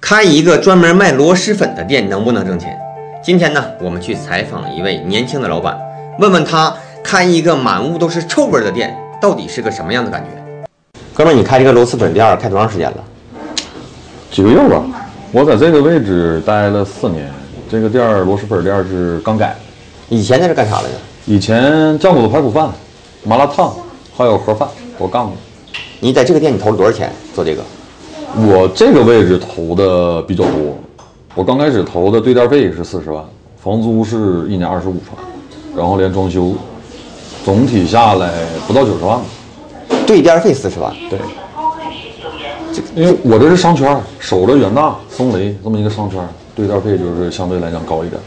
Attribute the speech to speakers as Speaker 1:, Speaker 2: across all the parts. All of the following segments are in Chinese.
Speaker 1: 开一个专门卖螺蛳粉的店能不能挣钱？今天呢，我们去采访一位年轻的老板，问问他开一个满屋都是臭味儿的店到底是个什么样的感觉。哥们儿，你开这个螺蛳粉店儿开多长时间了？
Speaker 2: 几个月吧。我在这个位置待了四年，这个店儿螺蛳粉店儿是刚改的，
Speaker 1: 以前在这干啥来着？
Speaker 2: 以前酱骨头排骨饭、麻辣烫还有盒饭我干过。
Speaker 1: 你在这个店你投了多少钱做这个？
Speaker 2: 我这个位置投的比较多，我刚开始投的对店费是四十万，房租是一年二十五万，然后连装修，总体下来不到九十万吧。
Speaker 1: 对店费四十万。
Speaker 2: 对，因为我这是商圈，守着远大、松雷这么一个商圈，对店费就是相对来讲高一点。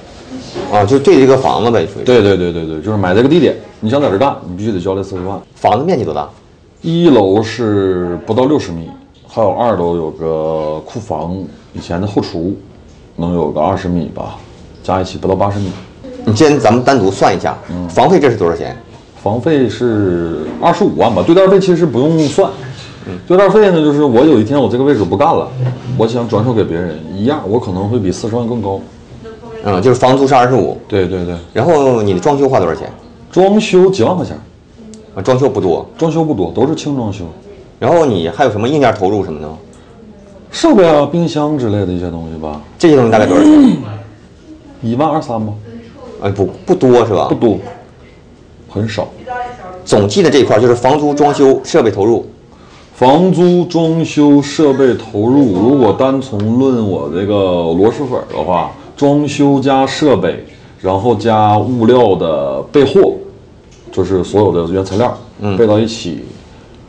Speaker 1: 啊，就对这个房子呗，属于。
Speaker 2: 对对对对对，就是买这个地点，你想在这干，你必须得交这四十万。
Speaker 1: 房子面积多大？
Speaker 2: 一楼是不到六十米，还有二楼有个库房，以前的后厨，能有个二十米吧，加一起不到八十米。
Speaker 1: 你今天咱们单独算一下，房费这是多少钱？
Speaker 2: 房费是二十五万吧，对店费其实不用算。对店费呢，就是我有一天我这个位置不干了，我想转手给别人，一样我可能会比四十万更高。
Speaker 1: 嗯，就是房租是二十五，
Speaker 2: 对对对，
Speaker 1: 然后你的装修花多少钱？
Speaker 2: 装修几万块钱，
Speaker 1: 啊，装修不多。
Speaker 2: 装修不多，都是轻装修，
Speaker 1: 然后你还有什么硬件投入什么的吗？
Speaker 2: 设备啊、冰箱之类的一些东西吧，
Speaker 1: 这些东西大概多少钱？
Speaker 2: 一万二三吧，
Speaker 1: 啊，不不多是吧
Speaker 2: 不？多，很少。
Speaker 1: 总计的这一块就是房租、装修、设备投入。
Speaker 2: 房租、装修、设备投入，如果单从论我这个螺蛳粉儿的话，装修加设备，然后加物料的备货，就是所有的原材料，嗯，备到一起，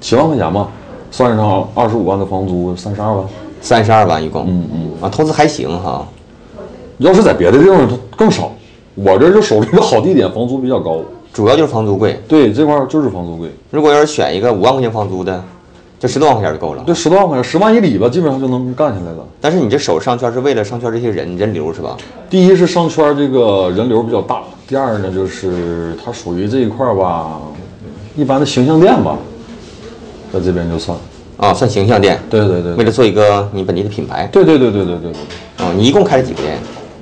Speaker 2: 七万块钱吧，算上二十五万的房租，三十二万。
Speaker 1: 三十二万一共，嗯嗯，啊，投资还行哈，
Speaker 2: 要是在别的地方更少，我这就守着一个好地点，房租比较高。
Speaker 1: 主要就是房租贵。
Speaker 2: 对，这块儿就是房租贵，
Speaker 1: 如果要是选一个五万块钱房租的，就十多万块钱就够了。
Speaker 2: 这十多万块钱，十万以里吧，基本上就能干下来了。
Speaker 1: 但是你这手上圈是为了商圈这些人人流是吧？
Speaker 2: 第一是商圈儿这个人流比较大，第二呢就是它属于这一块儿吧，一般的形象店吧，在这边就算。
Speaker 1: 啊，算形象店，
Speaker 2: 对对对
Speaker 1: 为了做一个你本地的品牌
Speaker 2: 对对对对对对对，
Speaker 1: 啊。你一共开了几个店？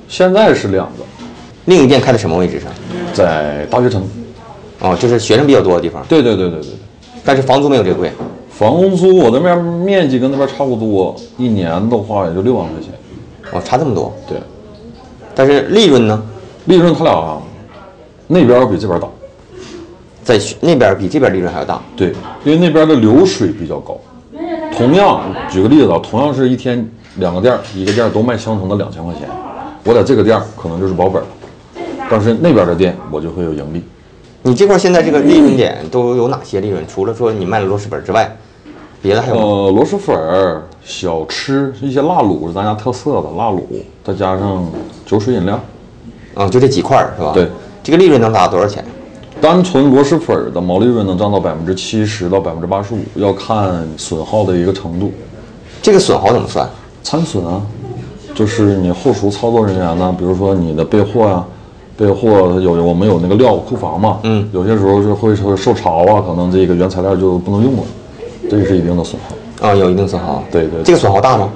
Speaker 2: 现在是两个，
Speaker 1: 另一店开在什么位置上？
Speaker 2: 在大学城。
Speaker 1: 哦，就是学生比较多的地方，
Speaker 2: 对对对对对，
Speaker 1: 但是房租没有这个贵。
Speaker 2: 房租我那边面积跟那边差不多，一年的话也就六万块钱。
Speaker 1: 哦，差这么多，
Speaker 2: 对，
Speaker 1: 但是利润呢，
Speaker 2: 利润他俩啊那边儿比这边儿大，
Speaker 1: 在学那边比这边利润还要大。
Speaker 2: 对，因为那边的流水比较高。同样，举个例子啊，同样是一天两个店儿，一个店儿都卖相同的两千块钱，我在这个店儿可能就是保本儿，但是那边的店我就会有盈利。
Speaker 1: 你这块现在这个利润点都有哪些利润？除了说你卖了螺蛳粉之外，别的还有吗？
Speaker 2: 呃，螺蛳粉儿、小吃一些辣卤是咱家特色的辣卤，再加上酒水饮料，
Speaker 1: 啊，就这几块儿是吧？
Speaker 2: 对，
Speaker 1: 这个利润能达到多少钱？
Speaker 2: 单纯螺蛳粉儿的毛利润能占到百分之七十到百分之八十五，要看损耗的一个程度。
Speaker 1: 这个损耗怎么算？
Speaker 2: 参损啊，就是你后厨操作人员呢，比如说你的备货啊，备货有我们有那个料库房嘛，嗯，有些时候就会受受潮啊，可能这个原材料就不能用了，这是一定的损耗。
Speaker 1: 啊，有一定损耗。
Speaker 2: 对对
Speaker 1: 这个损耗大吗？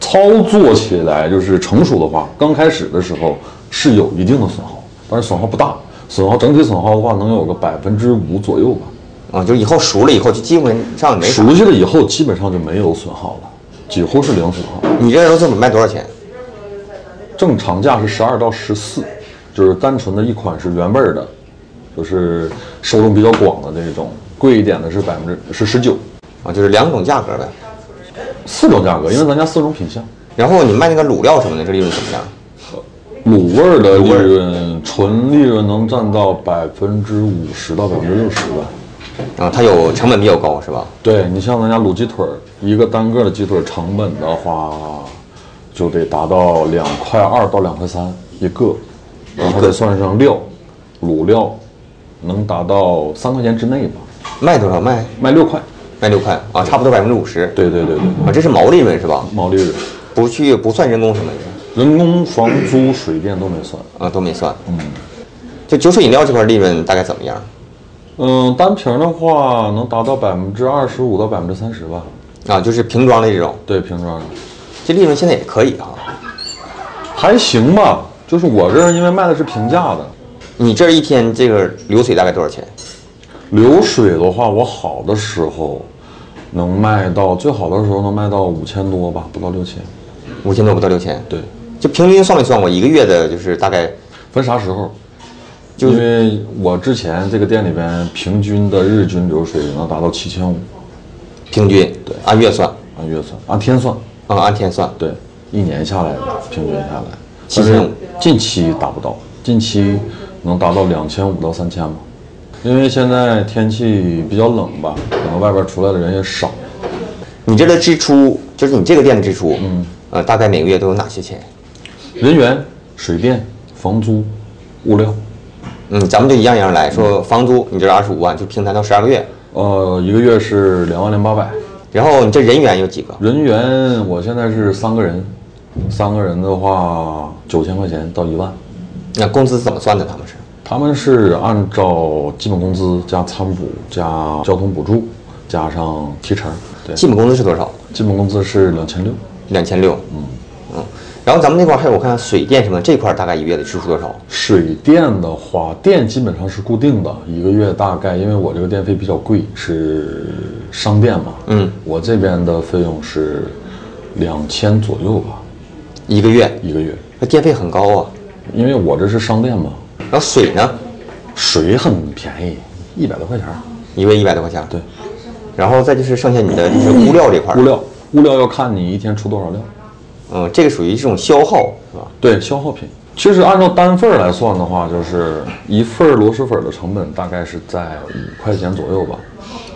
Speaker 2: 操作起来就是成熟的话，刚开始的时候是有一定的损耗，但是损耗不大，损耗整体损耗的话能有个百分之五左右吧。
Speaker 1: 啊，就是以后熟了以后就基本上没啥。
Speaker 2: 熟悉了以后，基本上就没有损耗了，几乎是零损耗。
Speaker 1: 你这螺蛳粉卖多少钱？
Speaker 2: 正常价是十二到十四，就是单纯的一款是原味儿的，就是受众比较广的这种，贵一点的是百分之是十九，
Speaker 1: 啊，就是两种价格呗。
Speaker 2: 四种价格，因为咱家四种品相。
Speaker 1: 然后你卖那个卤料什么的，这利润怎么样？
Speaker 2: 卤味儿的利润，纯利润能占到百分之五十到百分之六十吧。
Speaker 1: 啊，它有成本比较高是吧？
Speaker 2: 对你像咱家卤鸡腿儿，一个单个的鸡腿儿成本的话，就得达到两块二到两块三一个，然后再算上料，卤料能达到三块钱之内吧，
Speaker 1: 卖多少卖？
Speaker 2: 卖六块。
Speaker 1: 卖六块啊，差不多百分之五十。
Speaker 2: 对对对对，
Speaker 1: 啊，这是毛利润是吧？
Speaker 2: 毛利润，
Speaker 1: 不去不算人工什么的
Speaker 2: 人工、房租、水电都没算。
Speaker 1: 啊，都没算。嗯，就酒水饮料这块利润大概怎么样？
Speaker 2: 嗯，单瓶的话能达到百分之二十五到百分之三十吧。
Speaker 1: 啊，就是瓶装的这种。
Speaker 2: 对，瓶装的。
Speaker 1: 这利润现在也可以啊哈、
Speaker 2: 还行吧。就是我这儿因为卖的是平价的，
Speaker 1: 你这一天这个流水大概多少钱？
Speaker 2: 流水的话，我好的时候能卖到最好的时候能卖到五千多吧，不到六千。
Speaker 1: 五千多不到六千，
Speaker 2: 对，
Speaker 1: 就平均算了一算，我一个月的就是大概
Speaker 2: 分啥时候？
Speaker 1: 就
Speaker 2: 因为我之前这个店里边平均的日均流水能达到七千五，
Speaker 1: 平均，对，按月算，
Speaker 2: 按月算，按天算，
Speaker 1: 啊、按天算，
Speaker 2: 对，一年下来平均下来，
Speaker 1: 7500
Speaker 2: 但是近期达不到，近期能达到两千五到三千吧，因为现在天气比较冷吧，可能外边出来的人也少，
Speaker 1: 你这个支出就是你这个店的支出，嗯，呃，大概每个月都有哪些钱？
Speaker 2: 人员、水电、房租、物料，
Speaker 1: 嗯，咱们就一样一样来说，房租你这二十五万，就平摊到十二个月，
Speaker 2: 呃，一个月是两万零八百，
Speaker 1: 然后你这人员有几个？
Speaker 2: 人员我现在是三个人，三个人的话九千块钱到一万。
Speaker 1: 那工资怎么算的？他们是
Speaker 2: 他们是按照基本工资加餐补加交通补助，加上提成。对，
Speaker 1: 基本工资是多少？
Speaker 2: 基本工资是两千六，
Speaker 1: 两千六，嗯嗯，然后咱们那块儿还有我看水电什么的这块儿大概一个月得支出多少？
Speaker 2: 水电的话，电基本上是固定的，一个月大概，因为我这个电费比较贵，是商电嘛，
Speaker 1: 嗯，
Speaker 2: 我这边的费用是两千左右吧，
Speaker 1: 一个月，
Speaker 2: 一个月，
Speaker 1: 那电费很高啊。
Speaker 2: 因为我这是商电嘛，
Speaker 1: 然后水呢，
Speaker 2: 水很便宜，一百多块钱儿，
Speaker 1: 一个月一百多块钱，
Speaker 2: 对，
Speaker 1: 然后再就是剩下你的就是物料这块儿，
Speaker 2: 物料物料要看你一天出多少料。
Speaker 1: 嗯，这个属于这种消耗是吧？
Speaker 2: 对，消耗品。其实按照单份儿来算的话，就是一份儿螺蛳粉儿的成本大概是在五块钱左右吧。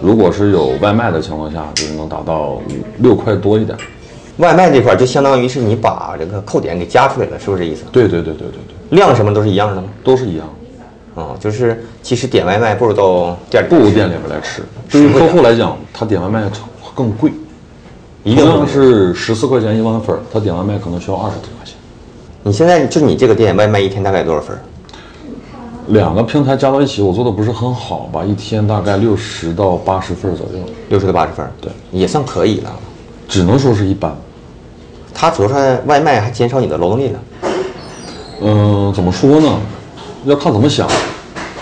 Speaker 2: 如果是有外卖的情况下，就是能达到五六块多一点儿。
Speaker 1: 外卖这块儿就相当于是你把这个扣点给加出来了，是不是这意思？
Speaker 2: 对对对对对对，
Speaker 1: 量什么都是一样的吗？
Speaker 2: 都是一样，
Speaker 1: 嗯，就是其实点外卖不如到店里
Speaker 2: 不如店里边来吃。对于客户来讲，他点外卖更贵，
Speaker 1: 一定
Speaker 2: 同
Speaker 1: 会
Speaker 2: 样是十四块钱一碗粉儿，他点外卖可能需要二十多块钱。
Speaker 1: 你现在就你这个店外卖一天大概多少份儿？
Speaker 2: 两个平台加到一起，我做的不是很好吧？一天大概六十到八十份儿左右，
Speaker 1: 六十到八十份儿，
Speaker 2: 对，
Speaker 1: 也算可以了。
Speaker 2: 只能说是一般。
Speaker 1: 它除了外卖，还减少你的劳动力了。
Speaker 2: 嗯，怎么说呢？要看怎么想。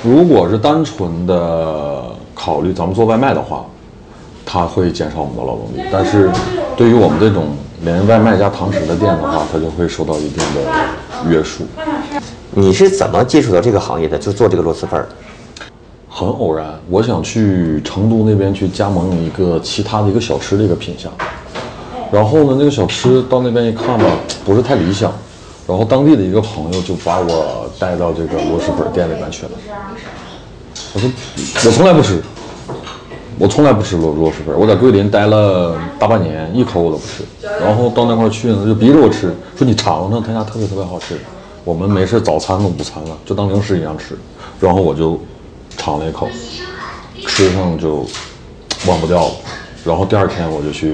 Speaker 2: 如果是单纯的考虑咱们做外卖的话，它会减少我们的劳动力。但是对于我们这种连外卖加堂食的店的话，它就会受到一定的约束。
Speaker 1: 你是怎么接触到这个行业的？就做这个螺蛳粉儿的？
Speaker 2: 很偶然，我想去成都那边去加盟一个其他的一个小吃的一个品项，然后呢，那个小吃到那边一看吧，不是太理想，然后当地的一个朋友就把我带到这个螺蛳粉店里面去了。我说我从来不吃，我从来不吃螺螺蛳粉，我在桂林待了大半年，一口我都不吃。然后到那块儿去呢，就逼着我吃，说你尝尝，他家特别特别好吃。我们没事早餐跟午餐了，就当零食一样吃。然后我就尝了一口，吃上就忘不掉了。然后第二天我就去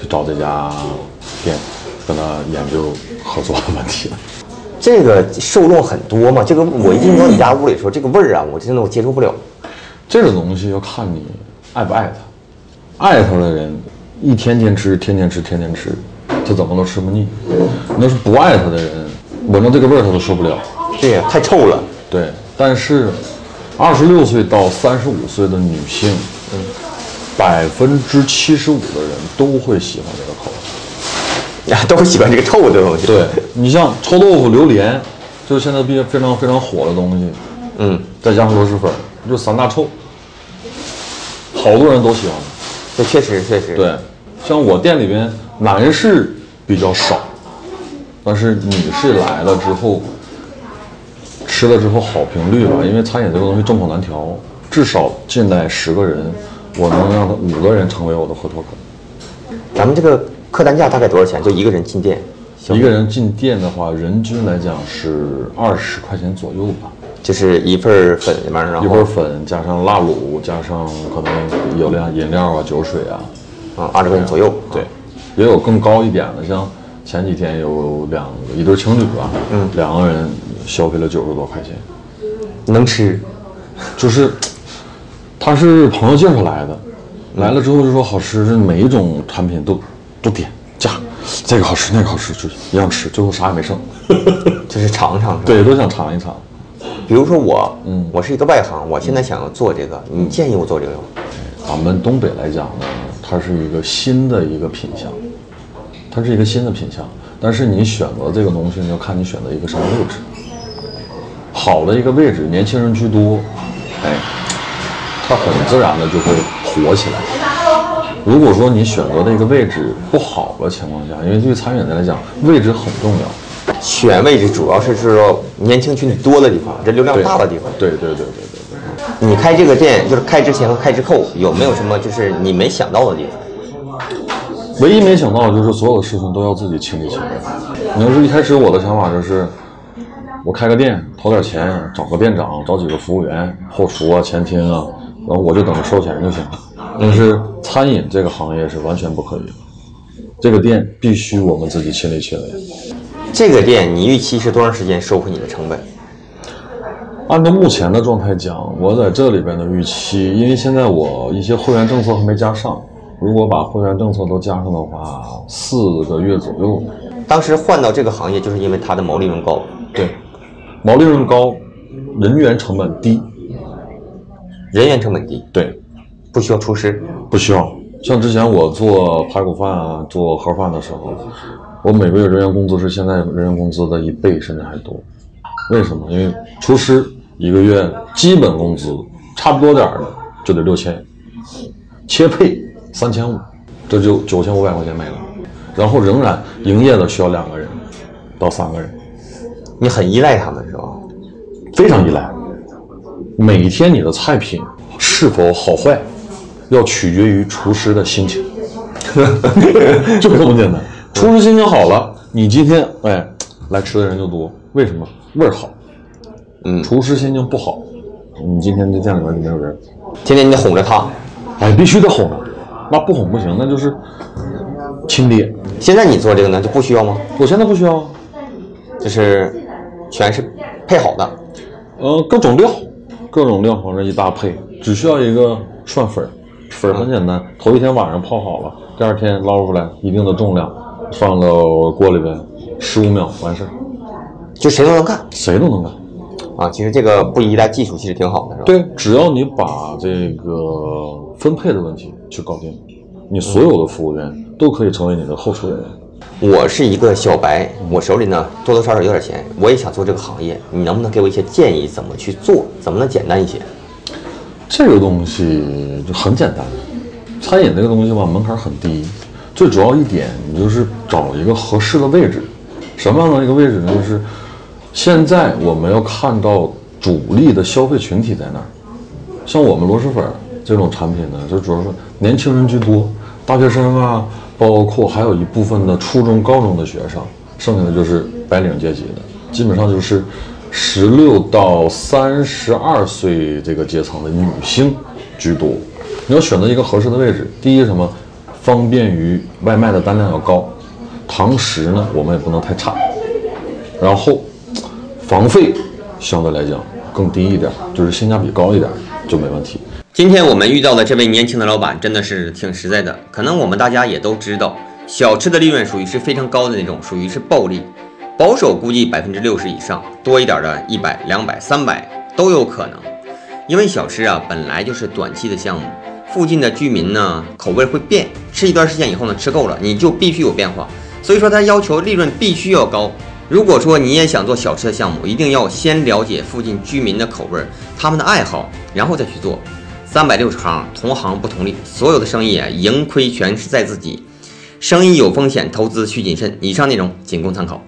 Speaker 2: 去找这家店，跟他研究合作的问题了。
Speaker 1: 这个受众很多嘛？这个我一进到你家屋里的时候，这个味儿啊，我真的我接受不了。
Speaker 2: 这种东西要看你爱不爱它，爱它的人一天天吃，天天吃，天天吃，他怎么都吃不腻。你要是不爱它的人，闻到这个味儿他都受不了。
Speaker 1: 对呀，太臭了。
Speaker 2: 对，但是二十六岁到三十五岁的女性，嗯百分之七十五的人都会喜欢这个口味。
Speaker 1: 呀，都会喜欢这个臭的东西。
Speaker 2: 对，你像臭豆腐、榴莲，就是现在比非常非常火的东西，
Speaker 1: 嗯，
Speaker 2: 再加上螺蛳粉，就三大臭，好多人都喜欢。
Speaker 1: 这确实确实。，
Speaker 2: 对，像我店里边男士比较少，但是女士来了之后，吃了之后好评率吧，因为餐饮这个东西众口难调，至少进来十个人，我能让他五个人成为我的合作客。
Speaker 1: 咱们这个客单价大概多少钱？就一个人进店，消
Speaker 2: 一
Speaker 1: 费
Speaker 2: 个人进店的话，人均来讲是二十块钱左右吧。
Speaker 1: 就是一份儿粉里面，然
Speaker 2: 一份
Speaker 1: 后
Speaker 2: 粉加上辣卤，加上可能有量饮料啊、酒水啊，
Speaker 1: 啊二十块钱左右。
Speaker 2: 对，也有更高一点的，像前几天有两个一对情侣吧，嗯，两个人消费了九十多块钱，
Speaker 1: 嗯能吃。
Speaker 2: 就是他是朋友介绍来的，来了之后就说好吃，每一种产品都都点加，这个好吃，那个好吃，就一样吃，最后啥也没剩。
Speaker 1: 就是尝尝。，
Speaker 2: 对，都想尝一尝。
Speaker 1: 比如说我，嗯，我是一个外行，我现在想要做这个，你建议我做这个吗？
Speaker 2: 咱们东北来讲呢，它是一个新的一个品相，它是一个新的品相。但是你选择这个东西，你要看你选择一个什么位置。好的一个位置，年轻人居多，哎，它很自然的就会火起来。如果说你选择的一个位置不好的情况下，因为对于餐饮的来讲，位置很重要。
Speaker 1: 选位置主要是是说年轻群体多的地方，人流量
Speaker 2: 对
Speaker 1: 大的地方。
Speaker 2: 对对对对对对。
Speaker 1: 你开这个店，就是开之前和开之后，有没有什么就是你没想到的地方？
Speaker 2: 唯一没想到的就是所有的事情都要自己亲力亲为。你要是一开始我的想法就是，我开个店，掏点钱，找个店长，找几个服务员，后厨啊、前厅啊，然后我就等着收钱就行了。但是餐饮这个行业是完全不可以的，这个店必须我们自己亲力亲为。
Speaker 1: 这个店你预期是多长时间收回你的成本？
Speaker 2: 按照目前的状态讲，我在这里边的预期，因为现在我一些会员政策还没加上，如果把会员政策都加上的话，四个月左右
Speaker 1: 当时换到这个行业，就是因为它的毛利润高。
Speaker 2: 对，毛利润高，人员成本低，
Speaker 1: 人员成本低，
Speaker 2: 对，
Speaker 1: 不需要厨师，
Speaker 2: 不需要。像之前我做排骨饭啊，做盒饭的时候，我每个月人员工资是现在人员工资的一倍甚至还多。为什么？因为厨师一个月基本工资差不多点儿的就得六千，切配三千五，这就九千五百块钱没了。然后仍然营业的需要两个人到三个人，
Speaker 1: 你很依赖他们是吧？
Speaker 2: 非常依赖。每天你的菜品是否好坏，要取决于厨师的心情，就这么简单。厨师心情好了，你今天哎来吃的人就多，为什么？味儿好。
Speaker 1: 嗯
Speaker 2: 厨师心情不好，你今天这店里面就没有人，
Speaker 1: 天天你得哄着他。
Speaker 2: 哎，必须得哄着，那不哄不行，那就是亲爹。
Speaker 1: 现在你做这个呢就不需要吗？
Speaker 2: 我现在不需要，啊
Speaker 1: 就是全是配好的，
Speaker 2: 呃，各种料，各种料往这一搭配，只需要一个涮粉儿，粉儿很简单，头一天晚上泡好了，第二天捞出来一定的重量，放到锅里边，十五秒完事儿，
Speaker 1: 就谁都能干
Speaker 2: 谁都能干。
Speaker 1: 啊。其实这个不依赖技术，其实挺好的，是吧？，
Speaker 2: 对，只要你把这个分配的问题去搞定，你所有的服务员都可以成为你的后厨人员。
Speaker 1: 我是一个小白，我手里呢多多少少有点钱，我也想做这个行业，你能不能给我一些建议，怎么去做，怎么能简单一些？
Speaker 2: 这个东西就很简单，餐饮这个东西吧，门槛很低。最主要一点，你就是找一个合适的位置。什么样的一个位置呢？就是现在我们要看到主力的消费群体在哪儿。像我们螺蛳粉儿这种产品呢，就主要是年轻人居多，大学生啊，包括还有一部分的初中、高中的学生，剩下的就是白领阶级的，基本上就是十六到三十二岁这个阶层的女性居多。你要选择一个合适的位置，第一什么，方便于外卖的单量要高，堂食呢我们也不能太差，然后房费相对来讲更低一点，就是性价比高一点就没问题。
Speaker 1: 今天我们遇到的这位年轻的老板真的是挺实在的，可能我们大家也都知道，小吃的利润属于是非常高的那种，属于是暴利，保守估计百分之六十以上，多一点的一百、两百、三百都有可能。因为小吃啊本来就是短期的项目，附近的居民呢口味会变，吃一段时间以后呢吃够了，你就必须有变化，所以说它要求利润必须要高。如果说你也想做小吃的项目，一定要先了解附近居民的口味儿、他们的爱好，然后再去做。三百六十行，同行不同利，所有的生意啊，盈亏全是在自己。生意有风险，投资需谨慎。以上内容仅供参考。